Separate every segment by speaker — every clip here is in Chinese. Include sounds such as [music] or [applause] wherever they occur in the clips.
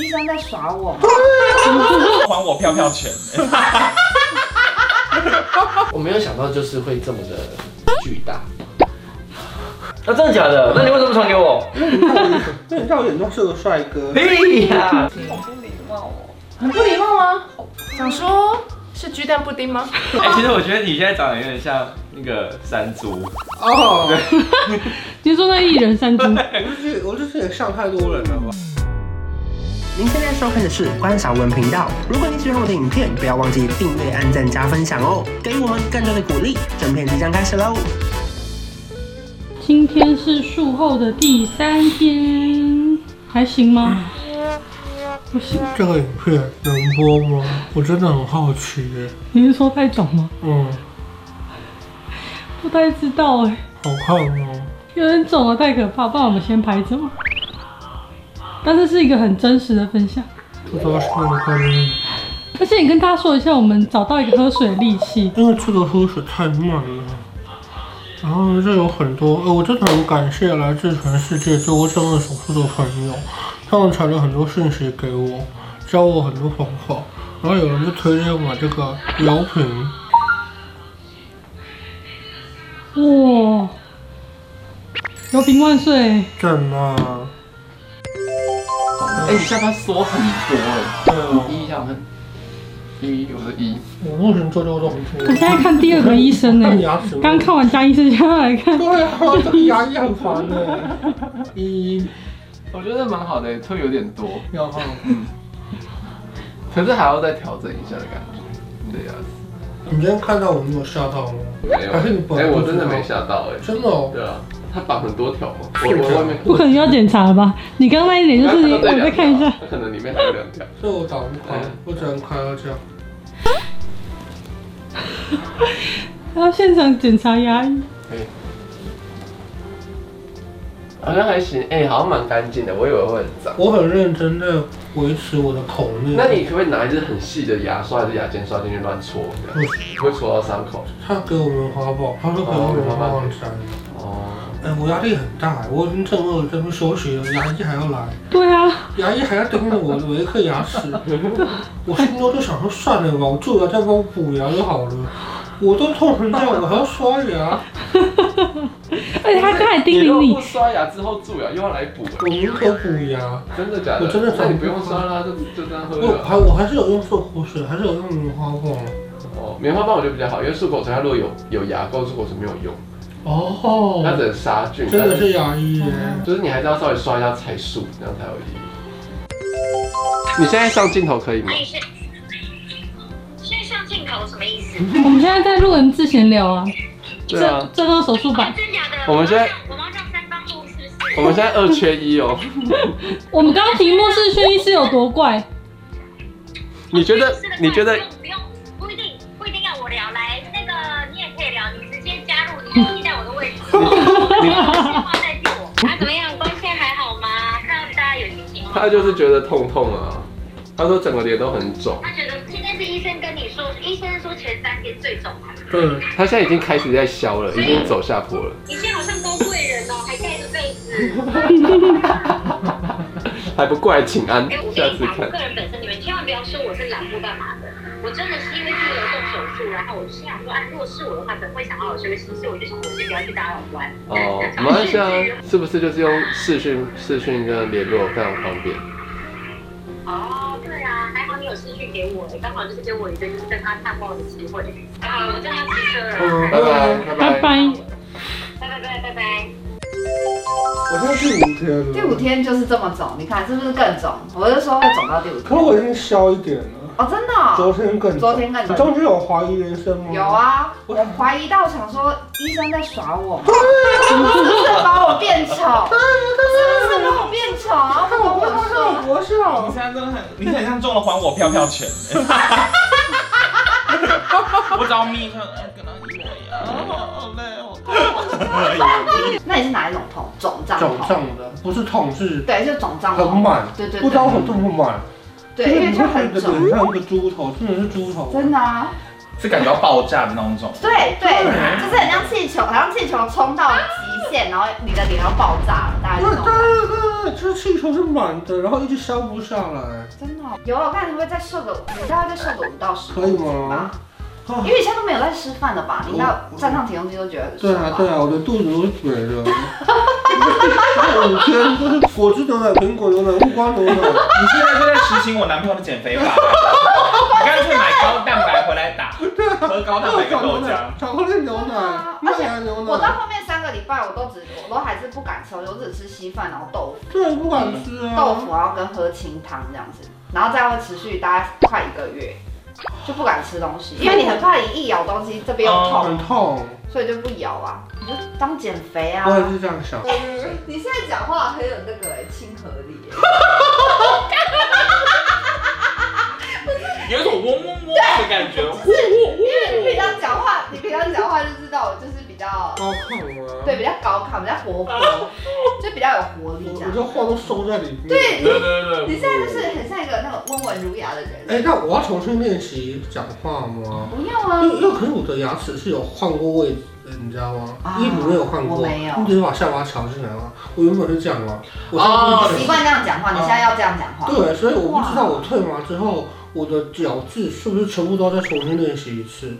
Speaker 1: 医生在耍我吗？
Speaker 2: 还我票票钱。
Speaker 3: 我没有想到就是会这么的巨大。
Speaker 4: 那真的假的？那你为什么不传给我？
Speaker 5: 陈兆远都是个帅哥，
Speaker 2: 哎
Speaker 4: 屁呀！
Speaker 6: 好不礼貌哦。
Speaker 1: 很不礼貌吗？想说是鸡蛋布丁吗？
Speaker 7: 哎、其实我觉得你现在长得有点像那个山猪，
Speaker 5: 哦，
Speaker 8: 你说那艺人三金，
Speaker 5: 我就是我就是也上太多人了吧。
Speaker 9: 您现在收看的是关少文频道。如果你喜欢我的影片，不要忘记订阅、按赞、加分享哦，给予我们更多的鼓励。正片即将开始喽！
Speaker 8: 今天是术后的第三天，还行吗？不行，
Speaker 10: 这个影片能播吗？我真的很好奇耶。
Speaker 8: 你是说太肿吗？
Speaker 10: 嗯，
Speaker 8: 不太知道哎，
Speaker 10: 好看吗？
Speaker 8: 有点肿的太可怕，不然我们先拍着嘛。但是是一个很真实的分享，
Speaker 10: 不知道是不是看电影，
Speaker 8: 而且你跟他说一下，我们找到一个喝水的利器，
Speaker 10: 因为这个喝水太慢了。然后这有很多，呃，我真的很感谢来自全世界做过正颌手术的朋友，他们传了很多讯息给我，教我很多方法。然后有人就推荐我这个摇瓶，
Speaker 8: 哇！油瓶万岁！
Speaker 10: 赞啊！
Speaker 3: 哎、你下巴缩很多哎，
Speaker 10: 对啊，
Speaker 3: 一像很一，我的一。
Speaker 10: 我目前做这个动
Speaker 8: 我
Speaker 10: 作
Speaker 8: 现，在看第二个医生呢
Speaker 10: 看，牙齿。
Speaker 8: 刚看完江医生，现在来看
Speaker 5: 对
Speaker 10: [laughs]
Speaker 5: 啊，这个压力很烦呢。一
Speaker 3: 我觉得蛮好的欸，退有点多，
Speaker 5: 然后
Speaker 3: 可是还要再调整一下的感觉。对啊呀、
Speaker 10: 你今天看到我，你有吓到吗？
Speaker 3: 没有，
Speaker 10: 还是你本
Speaker 3: 哎、
Speaker 10: 来不
Speaker 3: 我
Speaker 10: 知
Speaker 3: 真
Speaker 10: 道
Speaker 3: 的没吓到哎、
Speaker 10: 真的哦，
Speaker 3: 对啊，他绑很多条嘛，我我外面
Speaker 8: 不可能要检查了吧？你刚刚那一点就是你，我再看一下，
Speaker 3: 他可能里面还有两条。
Speaker 10: 这我打不开，我只能开到这样。
Speaker 8: 然后啊现场检查牙医。
Speaker 3: 好像还行，哎、好像蛮干净的，我以为会很脏。
Speaker 10: 我很认真的维持我的口内。
Speaker 3: 那你可不可以拿一支很细的牙刷还是牙尖刷进去乱戳？这样
Speaker 10: 嗯
Speaker 3: 会戳到伤口。
Speaker 10: 他给我们花宝，他说可能没花宝粘。
Speaker 3: 哦，
Speaker 10: 哎，我压力很大，我已经正饿了，这边休息了，牙医还要来，
Speaker 8: 对啊，
Speaker 10: 牙医还要盯着我的每一颗牙齿。我心中就想说，算了吧，我蛀牙再帮我补牙就好了。我都痛成这样，我还要刷牙，
Speaker 8: 而且哎他刚才叮
Speaker 3: 如
Speaker 8: 咛
Speaker 3: 果不
Speaker 8: 你，
Speaker 3: 刷牙之后蛀牙又要来补，
Speaker 10: 我宁可补牙。
Speaker 3: 真的假的？
Speaker 10: 我真的
Speaker 3: 那你不用刷啦，就就这样喝
Speaker 10: 我
Speaker 3: 了。
Speaker 10: 还我还是有用漱口水，还是有用棉花棒。
Speaker 3: 哦，棉花棒我觉得比较好，因为漱口水它如果有有牙垢，漱口水没有用，它只
Speaker 10: 哦，
Speaker 3: 能杀菌。
Speaker 10: 真的
Speaker 3: 但
Speaker 10: 是牙医耶。
Speaker 3: 就是你还是要稍微刷一下才漱，这样才有意义。你现在上镜头可以吗？
Speaker 6: 现在上镜头什么意思？
Speaker 8: 我们现在在录人之前聊啊，
Speaker 3: 对啊
Speaker 8: 这这都手术版。
Speaker 6: 真假的？
Speaker 3: 我们现在
Speaker 6: 我们要让三方录是不是？
Speaker 3: 我们现在二缺一哦。
Speaker 8: 我们刚刚题目是薛医师有多怪，
Speaker 7: 你觉得
Speaker 6: 是的
Speaker 7: 你觉得
Speaker 6: 不用不用不一定不一定要我聊，来那个你也可以聊，你直接加入，你就替代我的
Speaker 7: [laughs]
Speaker 6: 位置。你话代替我。那怎么样？光线还好吗？看到大家有心情吗？
Speaker 3: 他就是觉得痛痛啊，他说整个脸都很肿，
Speaker 6: 他觉得今天是医生跟你说，医生说前三天最重嘛。
Speaker 10: 对，
Speaker 3: 他现在已经开始在消了，已经走下
Speaker 1: [laughs]
Speaker 3: 坡了。
Speaker 6: 你现在好像高贵人哦，还盖着被子。
Speaker 3: 还不过来请安
Speaker 6: 哎，我，跟
Speaker 3: 下
Speaker 6: 你
Speaker 3: 次
Speaker 6: 讲，我
Speaker 3: 看。
Speaker 6: 个人本身，你们千万不要说我是懒或干嘛的，我真的是因为自己有动手术，然后我就心想说，啊，如果是我的话，可能会想好好休息，所以我就想，我先不要去打扰关。
Speaker 3: 哦，没关系啊，是不是就是用视讯、视讯跟联络非常方便？
Speaker 6: 哦，对啊，还好你有视讯给我，刚好就是给我一个就是跟他探望的机会。好了，我真的要骑车了，
Speaker 3: 拜拜，拜
Speaker 8: 拜
Speaker 3: 拜。
Speaker 8: 拜。
Speaker 6: 拜拜拜拜拜。
Speaker 5: 我现在第五天了，
Speaker 1: 第五，天就是这么肿，你看是不是更肿？我就说会肿到第五
Speaker 5: 可
Speaker 1: 天。
Speaker 5: 我已经消一点了。
Speaker 1: 哦，真的哦、
Speaker 5: 昨天更，
Speaker 1: 昨天更
Speaker 5: 你中间有怀疑人生吗？
Speaker 1: 有。啊，我怀疑到想说医生在耍我吗？
Speaker 10: 啊
Speaker 1: 是不是把我变丑？是不是把我变丑？然后不跟我说。
Speaker 5: 我是
Speaker 2: 你
Speaker 5: 啊，
Speaker 2: 现在真的很，你很像中了还我票票钱。我只要眯一下，跟他一模一样。好累，好痛。
Speaker 1: 那你是哪一种痛？肿胀
Speaker 10: 哎肿
Speaker 1: 痛。
Speaker 10: 胀的，不是痛，是
Speaker 1: 对，就肿胀
Speaker 10: 很
Speaker 1: 痛。
Speaker 10: 满，
Speaker 1: 对对
Speaker 10: 不知道
Speaker 1: 对，
Speaker 10: 很痛不满。
Speaker 1: 对，因为就很
Speaker 10: 就是
Speaker 1: 肿
Speaker 10: 你，像一个猪头，真的是猪头，
Speaker 1: 真的啊。
Speaker 2: 是感觉要爆炸的那种肿。
Speaker 1: 对对，就是很像气球，好像气球冲到极线，然后你的脸要爆炸了，大概是那种感觉。
Speaker 10: 对对，就是气球是满的，然后一直消不下来，
Speaker 1: 真的哦、有啊，我看你会再瘦个，你大概再瘦个五到十
Speaker 10: 可以
Speaker 1: 公斤
Speaker 10: 吗
Speaker 1: 吧。？
Speaker 10: 啊
Speaker 1: 因为你现在都没有在吃饭了吧？你到
Speaker 10: 我
Speaker 1: 站上体重机都觉得很瘦
Speaker 10: 对啊
Speaker 1: 吧？
Speaker 10: 对啊，我的肚子都是瘪的。五天都是果汁牛奶、苹果牛奶、木瓜牛奶，
Speaker 2: 你现在就在实行我男朋友的减
Speaker 5: [laughs]
Speaker 2: 肥法，你干脆买高蛋白回来打，喝高蛋白跟豆浆。
Speaker 10: 巧克力牛
Speaker 1: 真的
Speaker 10: 奶
Speaker 1: 啊、
Speaker 10: 麦芽牛
Speaker 1: 我到
Speaker 10: 奶，
Speaker 1: 后面三个礼拜，我都只我都还是不敢吃，我就只吃稀饭，然后豆腐、
Speaker 10: 对，不敢吃啊。
Speaker 1: 豆腐，然后跟喝清汤这样子，然后再会持续大概快一个月，就不敢吃东西，
Speaker 10: 嗯
Speaker 1: 因为你很怕你一咬东西这边又
Speaker 10: 很
Speaker 1: 痛，
Speaker 10: 痛，
Speaker 1: 所以就不咬啊，你就当减肥啊
Speaker 10: 我。也是这样想。
Speaker 1: 你现在讲话很有那个亲和力，
Speaker 10: [laughs]
Speaker 2: 有一种嗡嗡嗡的感觉，
Speaker 1: 因为你平常讲话，你平常讲话就知道我就是比较
Speaker 10: 好痛啊！
Speaker 1: 对比较高亢，比较活
Speaker 10: [laughs]
Speaker 1: 泼，就比较有活力
Speaker 10: 我
Speaker 1: 这
Speaker 10: 我
Speaker 1: 样。
Speaker 10: 这话都收在里面。
Speaker 1: 对
Speaker 2: 对对对，
Speaker 1: 你现在就是很像一个那种温文儒雅的人。
Speaker 10: 哎，那我要重新练习讲话吗？
Speaker 1: 不要
Speaker 10: 因
Speaker 1: 啊，
Speaker 10: 为因为可是我的牙齿是有换过位置的，你知道吗？
Speaker 1: 啊
Speaker 10: 衣服没有换过，
Speaker 1: 我没有
Speaker 10: 你只是把下巴调进来嘛。我原本是这样嘛，我
Speaker 2: 哦
Speaker 10: 现在不是
Speaker 1: 习惯这样讲话，你现在要这样讲话。
Speaker 10: 对，所以我不知道我退麻之后，我的矫治是不是全部都要再重新练习一次？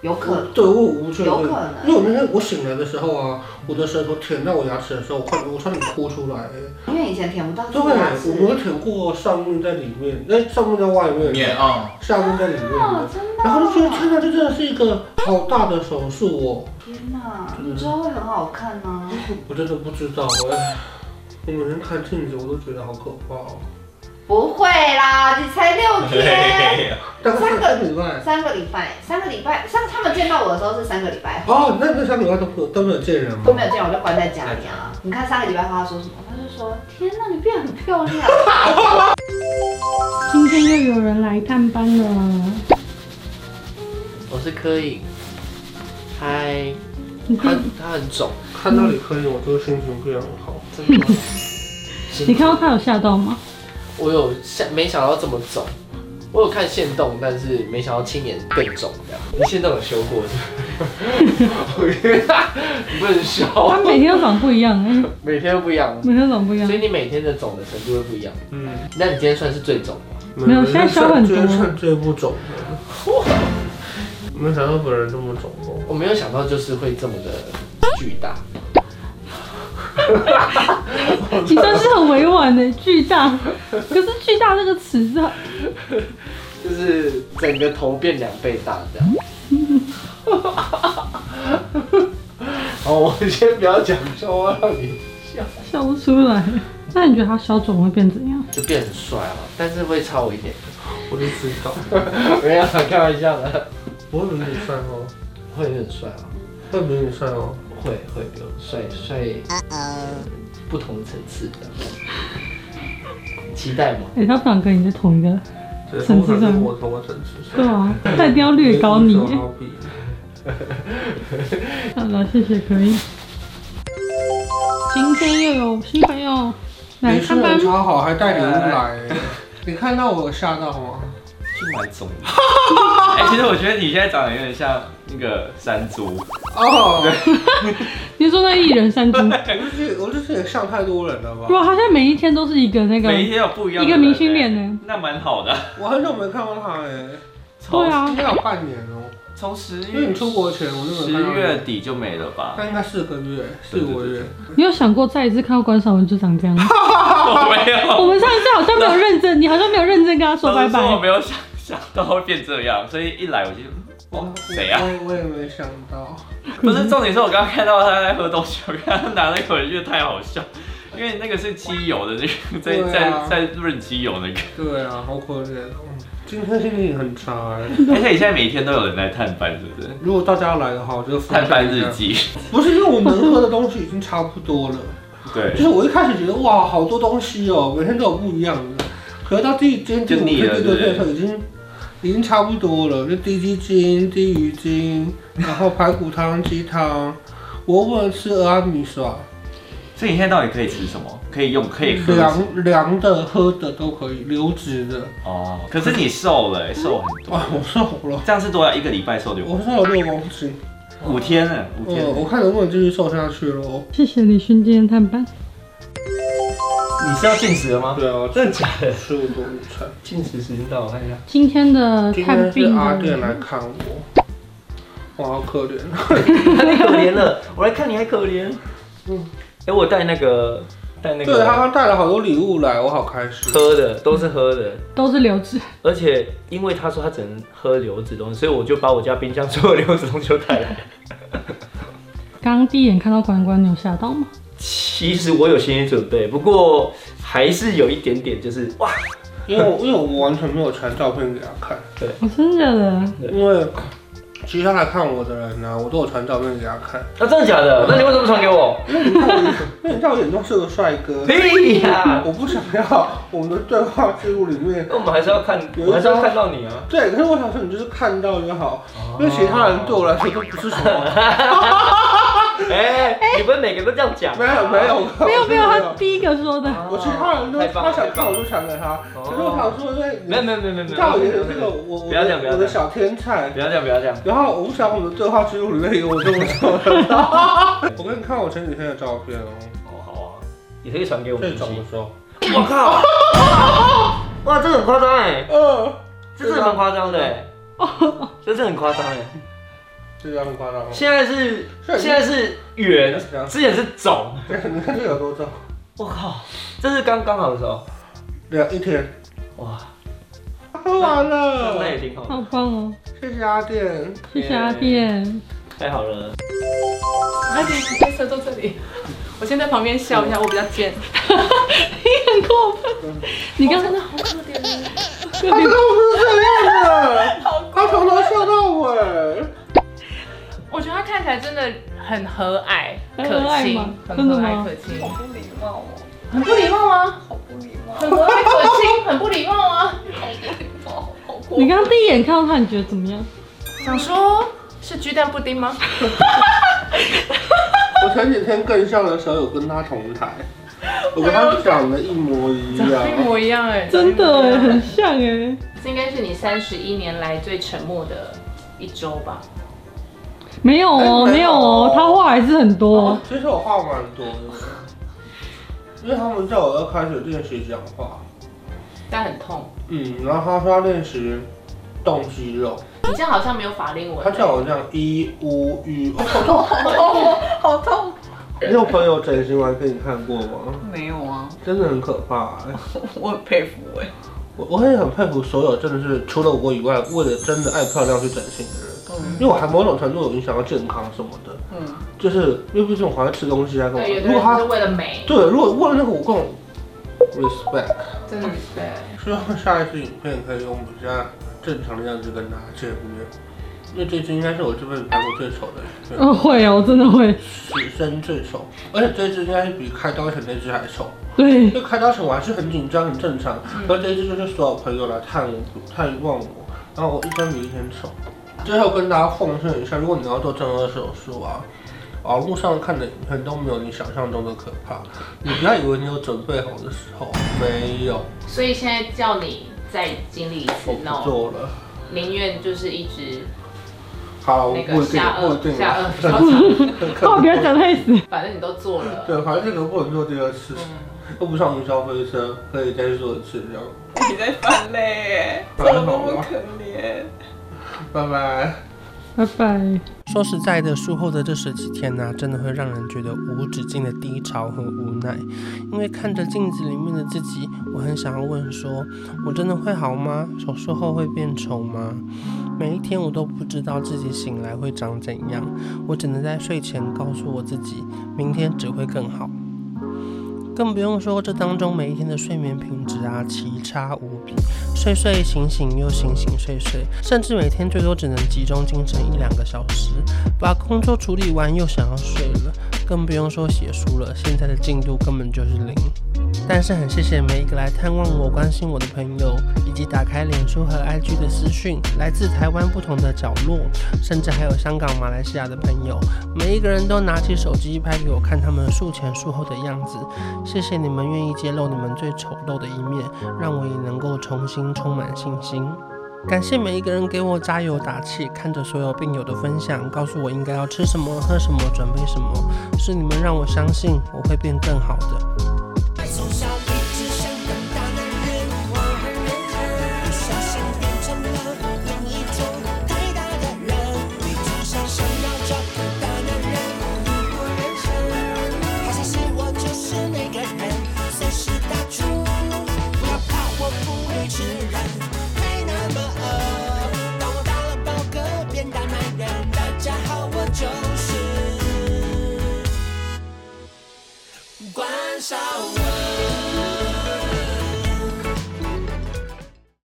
Speaker 1: 有可能，
Speaker 10: 对，我无确
Speaker 1: 有
Speaker 10: 定
Speaker 1: 可。能。
Speaker 10: 因为我那天我醒来的时候啊，我的舌头舔到我牙齿的时候，我快我差点哭出来。
Speaker 1: 因为以前舔不到
Speaker 10: 对，
Speaker 1: 自己牙
Speaker 10: 我
Speaker 1: 齿。
Speaker 10: 没有舔过上面在里面，那上面在外面，
Speaker 2: 面
Speaker 1: 嗯
Speaker 2: 啊，
Speaker 10: 下面在里面
Speaker 1: 哦，。真
Speaker 10: 然后就觉得
Speaker 1: 的。
Speaker 10: 天哪，这真的是一个好大的手术哦！
Speaker 1: 天哪，你之后会很好看啊呢。
Speaker 10: 我真的不知道哎，我每天看镜子我都觉得好可怕哦。
Speaker 1: 不会啦，你才六
Speaker 10: [laughs]
Speaker 1: 天，
Speaker 10: 大概三个礼拜。
Speaker 1: 三个礼拜，三个礼拜，上次他们见到我的时候是三个礼拜后，
Speaker 10: 哦，那那三个礼拜都没有都没有见人吗？
Speaker 1: 都没有见我就关在家里啊。你看上个礼拜他说什么？他就说：天哪，你变很漂亮。
Speaker 8: 今天又有人来探班了，
Speaker 4: 我是柯以，嗨，
Speaker 8: 你
Speaker 4: 他
Speaker 8: 看，
Speaker 4: 他很肿，
Speaker 10: 看到你可以，我就心情非常好。
Speaker 4: 真的吗。
Speaker 8: 你看到他有吓到吗？
Speaker 4: 我有想没想到这么肿，我有看线动，但是没想到青眼更肿这样。你线动有修过是不是？你不能修，
Speaker 8: 他每天都长不一样哎、
Speaker 4: 每天都不一样，
Speaker 8: 每天都长不一样
Speaker 4: 所以。你每天的肿的程度会不一样。
Speaker 10: 嗯，
Speaker 4: 那你今天算是最肿的，
Speaker 8: 没有现在小很多
Speaker 10: 今天趁这不肿的，没想到本人这么肿哦过。
Speaker 4: 我没有想到就是会这么的巨大。
Speaker 8: 你算是很委婉的，巨大。可是巨大这个词是，
Speaker 4: 就是整个头变两倍大这样。 [laughs] 好，我先不要讲笑话，让你
Speaker 8: 笑不出来。那你觉得他消肿会变怎样？
Speaker 4: 就变很帅了，但是会差我一点。
Speaker 10: 我就知道，
Speaker 4: [laughs] 没有啦，开玩笑的，
Speaker 10: 我会比你帅吗？
Speaker 4: 会很帅啊，
Speaker 10: 会比你哦帅吗？
Speaker 4: 会会比我帅帅，不同层次的，期待吗？
Speaker 8: 哎、他不想跟你在同一个，
Speaker 10: 对，
Speaker 8: 层
Speaker 10: 我
Speaker 8: 次
Speaker 10: 想
Speaker 8: 上
Speaker 10: 跟我同个层次
Speaker 8: 对
Speaker 10: 上。
Speaker 8: 啊，他一定要略高你
Speaker 10: 没什
Speaker 8: 哎
Speaker 10: 么。好比的
Speaker 8: 好了，谢谢可以。今天又有新朋友来
Speaker 10: 你是
Speaker 8: 探班
Speaker 10: 人，超好，还带礼物
Speaker 7: 呃
Speaker 10: 来。你看到我有吓到吗？
Speaker 7: 去买粽子。哎、其实我觉得你现在长得有点像那个山猪，
Speaker 10: 哦，
Speaker 8: 你说那一人三猪，
Speaker 10: 我就是我就是也吓太多人了吧？
Speaker 8: 哇，他现在每一天都是一个那
Speaker 7: [laughs]
Speaker 8: 个，
Speaker 7: 每一天有不一样的
Speaker 8: 一个
Speaker 7: 人
Speaker 8: 明星脸
Speaker 7: 哎
Speaker 8: 呢
Speaker 7: 那蛮好的。
Speaker 10: 我很久没看到他哎，
Speaker 8: 对啊
Speaker 10: 应，该有半年哦。
Speaker 7: 从十
Speaker 10: 因为
Speaker 7: 月
Speaker 10: 你出国前我就没
Speaker 7: 十
Speaker 10: 看到你
Speaker 7: 月，底就没了吧？
Speaker 10: 那应该四个月，四五个月。
Speaker 8: 你有想过再一次看到关少文就长这样？吗？
Speaker 7: 我没有，
Speaker 8: 我们上一次好像没有认真，你好像没有认真跟他说拜
Speaker 7: 当时我
Speaker 8: 拜。
Speaker 7: 没有想想到会变这样，所以一来我就哦谁啊？
Speaker 10: 嗯我也我也没想到。
Speaker 7: 不是重点是我刚刚看到他在喝东西，我看他拿那口就觉得太好笑，因为那个是机油的那
Speaker 1: [laughs]
Speaker 7: 个，在
Speaker 10: 对啊
Speaker 7: 在在润机油那个，
Speaker 10: 对啊，好可怜哦。今天心情很差
Speaker 5: 欸
Speaker 1: [laughs]
Speaker 10: 哎。
Speaker 7: 而且你现在每天都有人来探班，是不是？
Speaker 1: 啊
Speaker 10: 如果大家要来的话，我就分
Speaker 7: 探班
Speaker 10: 享一下
Speaker 7: 日。记，
Speaker 10: 不是因为我能喝的东西已经差不多了，
Speaker 7: [laughs] 对
Speaker 10: 就，是我一开始觉得哇，好多东西哦，每天都有不一样的。可是到第今天第
Speaker 7: 就
Speaker 10: 五
Speaker 7: 腻
Speaker 10: 天、
Speaker 7: 了
Speaker 10: 第六天
Speaker 7: 对
Speaker 10: 的时候，已经已经差不多了，就低鸡精、低鱼精，然后排骨汤、鸡汤。我又不能吃阿米耍，
Speaker 7: 所以你现在到底可以吃什么？可以用，可以喝什么
Speaker 10: 凉凉的、喝的都可以，流质的。啊
Speaker 7: 哦。可是你瘦了、欸，瘦很多，
Speaker 10: 哇，我瘦了，
Speaker 7: 这样是多少一个礼拜瘦六公
Speaker 10: 我瘦了六公斤。哦
Speaker 11: 五天呢，五天
Speaker 5: 我。我看能不能继续瘦下去喽。
Speaker 8: 谢谢李勋今天探班。
Speaker 10: 你是要进食了吗？
Speaker 5: 对啊，
Speaker 10: 真的假的？
Speaker 5: 十五多午餐。
Speaker 10: 进食时间到，我看一下。
Speaker 8: 今天的
Speaker 5: 今
Speaker 8: 探
Speaker 5: 天是
Speaker 8: 病
Speaker 4: 啊
Speaker 5: 阿店
Speaker 8: 的，
Speaker 5: 来看我，我好可怜。
Speaker 4: 啊 [laughs] 太可怜了，我来看你还可怜。嗯，哎，我带那个带那
Speaker 5: 对他
Speaker 4: 个
Speaker 5: 们带了好多礼物来，我好开心。
Speaker 4: 喝的都是喝的，
Speaker 8: 都是留置。
Speaker 4: 而且因为他说他只能喝流质东西，所以我就把我家冰箱所有流质东西都带
Speaker 5: [laughs]
Speaker 4: 来。
Speaker 8: 刚第一眼看到关关，你有吓到吗？
Speaker 4: 其实我有心理准备，不过还是有一点点就是哇，
Speaker 5: 因为我因为我完全没有传照片给他看，
Speaker 8: 我、真的假的？
Speaker 5: 因为其他来看我的人呢、我都有传照片给他看。
Speaker 4: 那、真的假的？那你为什么传给我？
Speaker 5: 因为你在我眼中是个帅哥，
Speaker 4: 屁呀！
Speaker 7: 啊
Speaker 5: 我不想要我们的对话记录里面。
Speaker 4: 那我们还是要看，
Speaker 5: 有一
Speaker 4: 我还是要
Speaker 5: 张
Speaker 4: 看到你啊。
Speaker 5: 对，可是我想说，你就是看到就好，
Speaker 7: 哦
Speaker 5: 因为其他人对我来说都不是什么。
Speaker 4: [laughs] 哎、你们每个都这样讲、啊
Speaker 5: 没有没有
Speaker 8: 没有没有，
Speaker 5: 没
Speaker 8: 他
Speaker 5: 有。
Speaker 8: 第一个说的。
Speaker 5: 我其他人都
Speaker 4: 太棒
Speaker 5: 他
Speaker 4: 了
Speaker 5: 想看我就传给他，
Speaker 4: 哦
Speaker 5: 可是我想说，因为
Speaker 4: 没有没有没有没有没
Speaker 5: 你
Speaker 4: 有，
Speaker 5: 在我眼里这个我我
Speaker 4: 不要讲不
Speaker 5: 的
Speaker 4: 要
Speaker 5: 我的
Speaker 4: 讲
Speaker 5: 小天才，
Speaker 4: 不要这样不要这样，
Speaker 5: 然后我不想我们的对话记录里面有我这么说
Speaker 4: [laughs]
Speaker 5: 的。我给你看我前几天的照片哦，
Speaker 4: 哦好啊，你可以传给我
Speaker 5: 最
Speaker 4: 们
Speaker 5: 早
Speaker 4: 一
Speaker 5: 的时候，
Speaker 4: 起。我靠！哇，这个很夸张哎，
Speaker 5: 呃，
Speaker 4: 这真的蛮夸张的哎，这真的很夸张哎。
Speaker 5: 这张很夸张哦。
Speaker 4: 现在是啊
Speaker 5: 是
Speaker 4: 现在是圆，
Speaker 5: 这样，
Speaker 4: 之前是肿。
Speaker 5: 你看这有多重？
Speaker 4: 我靠，这是刚刚好的时候，
Speaker 5: 两一天，
Speaker 4: 哇，
Speaker 5: 喝完
Speaker 4: 那
Speaker 5: 了，
Speaker 4: 也挺好，
Speaker 8: 好棒哦！
Speaker 5: 谢谢阿店。
Speaker 8: 谢谢阿店，
Speaker 4: 太好了。
Speaker 6: 那你先收到这里，我先在旁边笑一下，我比较贱。
Speaker 8: 你很过分。你刚才那
Speaker 6: 好可怜，
Speaker 5: 他真的不是这样的，他从头笑到尾。
Speaker 6: 我觉得他看起来真的很和蔼、
Speaker 8: 很和
Speaker 6: 可
Speaker 8: 蔼
Speaker 6: 亲
Speaker 8: 吗，
Speaker 6: 很
Speaker 8: 真的
Speaker 6: 和
Speaker 8: 吗
Speaker 6: 蔼可亲，
Speaker 12: 不礼貌哦，
Speaker 6: 很不礼貌吗？
Speaker 12: 好不礼貌，
Speaker 6: 很和蔼可亲，很不礼貌啊！
Speaker 12: 好不礼貌，好过
Speaker 8: 你刚刚第一眼看到他，你觉得怎么样？
Speaker 6: 想说，是鸡蛋布丁吗？
Speaker 5: 我前几天更像的时候有跟他同台，我跟他长得一模一样。
Speaker 6: 一模一样哎、
Speaker 8: 真的哎，很像哎。
Speaker 6: 这应该是你三十一年来最沉默的一周吧？
Speaker 8: 没有哦，
Speaker 5: 哎
Speaker 8: 没
Speaker 5: 没有
Speaker 8: 有哦，他话还是很多哦。
Speaker 5: 其实我话蛮多的，因为他们叫我要开始练习讲话，
Speaker 6: 但很痛。
Speaker 5: 嗯，然后他说要练习动肌肉，
Speaker 6: 你这样好像没有法令纹。
Speaker 5: 他叫我这样一乌一，
Speaker 6: [laughs]
Speaker 12: 好痛。
Speaker 5: 你有朋友整形完给你看过吗？
Speaker 12: 没有啊，
Speaker 5: 真的很可怕、欸，
Speaker 12: [laughs] 我很佩服哎、
Speaker 5: 我我也很佩服所有真的是除了我以外，为了真的爱漂亮去整形的人。因为我还某种程度有影响到健康什么的，
Speaker 12: 嗯，
Speaker 5: 就是因为毕竟我还会吃东西啊，干嘛
Speaker 6: 对，有？的
Speaker 5: 如果
Speaker 6: 人
Speaker 5: 他
Speaker 6: 是为了美，
Speaker 5: 对，如果为了那个我更 respect，
Speaker 6: 真的 respect。
Speaker 5: 希望下一次影片可以用比较正常的样子跟大家见面。因为这支应该是我这辈子拍过最丑的影片，
Speaker 8: 嗯，会哦，真的会。
Speaker 5: 此生最丑，而且这支应该是比开刀前那支还丑。
Speaker 8: 对
Speaker 5: 因，为开刀前我还是很紧张，很正常。然后这一次就是所有朋友来探我、探望我，然后我一天比一天丑。最后跟大家奉劝一下，如果你要做正颌手术啊，网络上看的影片都没有你想象中的可怕。你不要以为你有准备好的时候，没有，
Speaker 6: 所以现在叫你再经历一次
Speaker 5: 我不
Speaker 6: ，no，
Speaker 5: 做了。
Speaker 6: 宁愿就是一直
Speaker 5: 好，我
Speaker 6: 那
Speaker 5: 不
Speaker 6: 个
Speaker 5: 一定，
Speaker 6: 下
Speaker 5: 我不一
Speaker 6: 颚
Speaker 5: 定
Speaker 6: 下
Speaker 5: 啊。
Speaker 6: 颚消长，
Speaker 8: 哦，不要讲太死。
Speaker 6: 反正你都做了。
Speaker 5: 对，反正这个不能做第二
Speaker 6: 嗯
Speaker 5: 次，又不像云霄飞车，可以再做一次这样。
Speaker 12: 你在犯累哎、
Speaker 5: 做得那么可
Speaker 12: 怜。
Speaker 5: 拜拜。
Speaker 8: 拜拜。
Speaker 9: 说实在的，术后的这十几天呢、真的会让人觉得无止境的低潮和无奈，因为看着镜子里面的自己，我很想要问说，我真的会好吗？手术后会变丑吗？每一天我都不知道自己醒来会长怎样，我只能在睡前告诉我自己，明天只会更好。更不用说这当中每一天的睡眠品质啊，奇差无比。睡睡醒醒又醒醒睡睡，甚至每天最多只能集中精神一两个小时，把工作处理完又想要睡了，更不用说写书了，现在的进度根本就是零。但是很谢谢每一个来探望我、关心我的朋友，以及打开脸书和 IG 的私讯，来自台湾不同的角落，甚至还有香港、马来西亚的朋友，每一个人都拿起手机拍给我看他们术前术后的样子。谢谢你们愿意揭露你们最丑陋的一面，让我也能够重新充满信心。感谢每一个人给我加油打气，看着所有病友的分享，告诉我应该要吃什么、喝什么、准备什么，是你们让我相信我会变更好的。
Speaker 13: 从小一直想当大男人，不小心变成了另一种太大的人。你从小想要找个大男人，好像是我就是那个人，随时打住，不要怕我不会吃人，没那么饿。当我打了饱嗝变大男人，大家好，我就是关少文。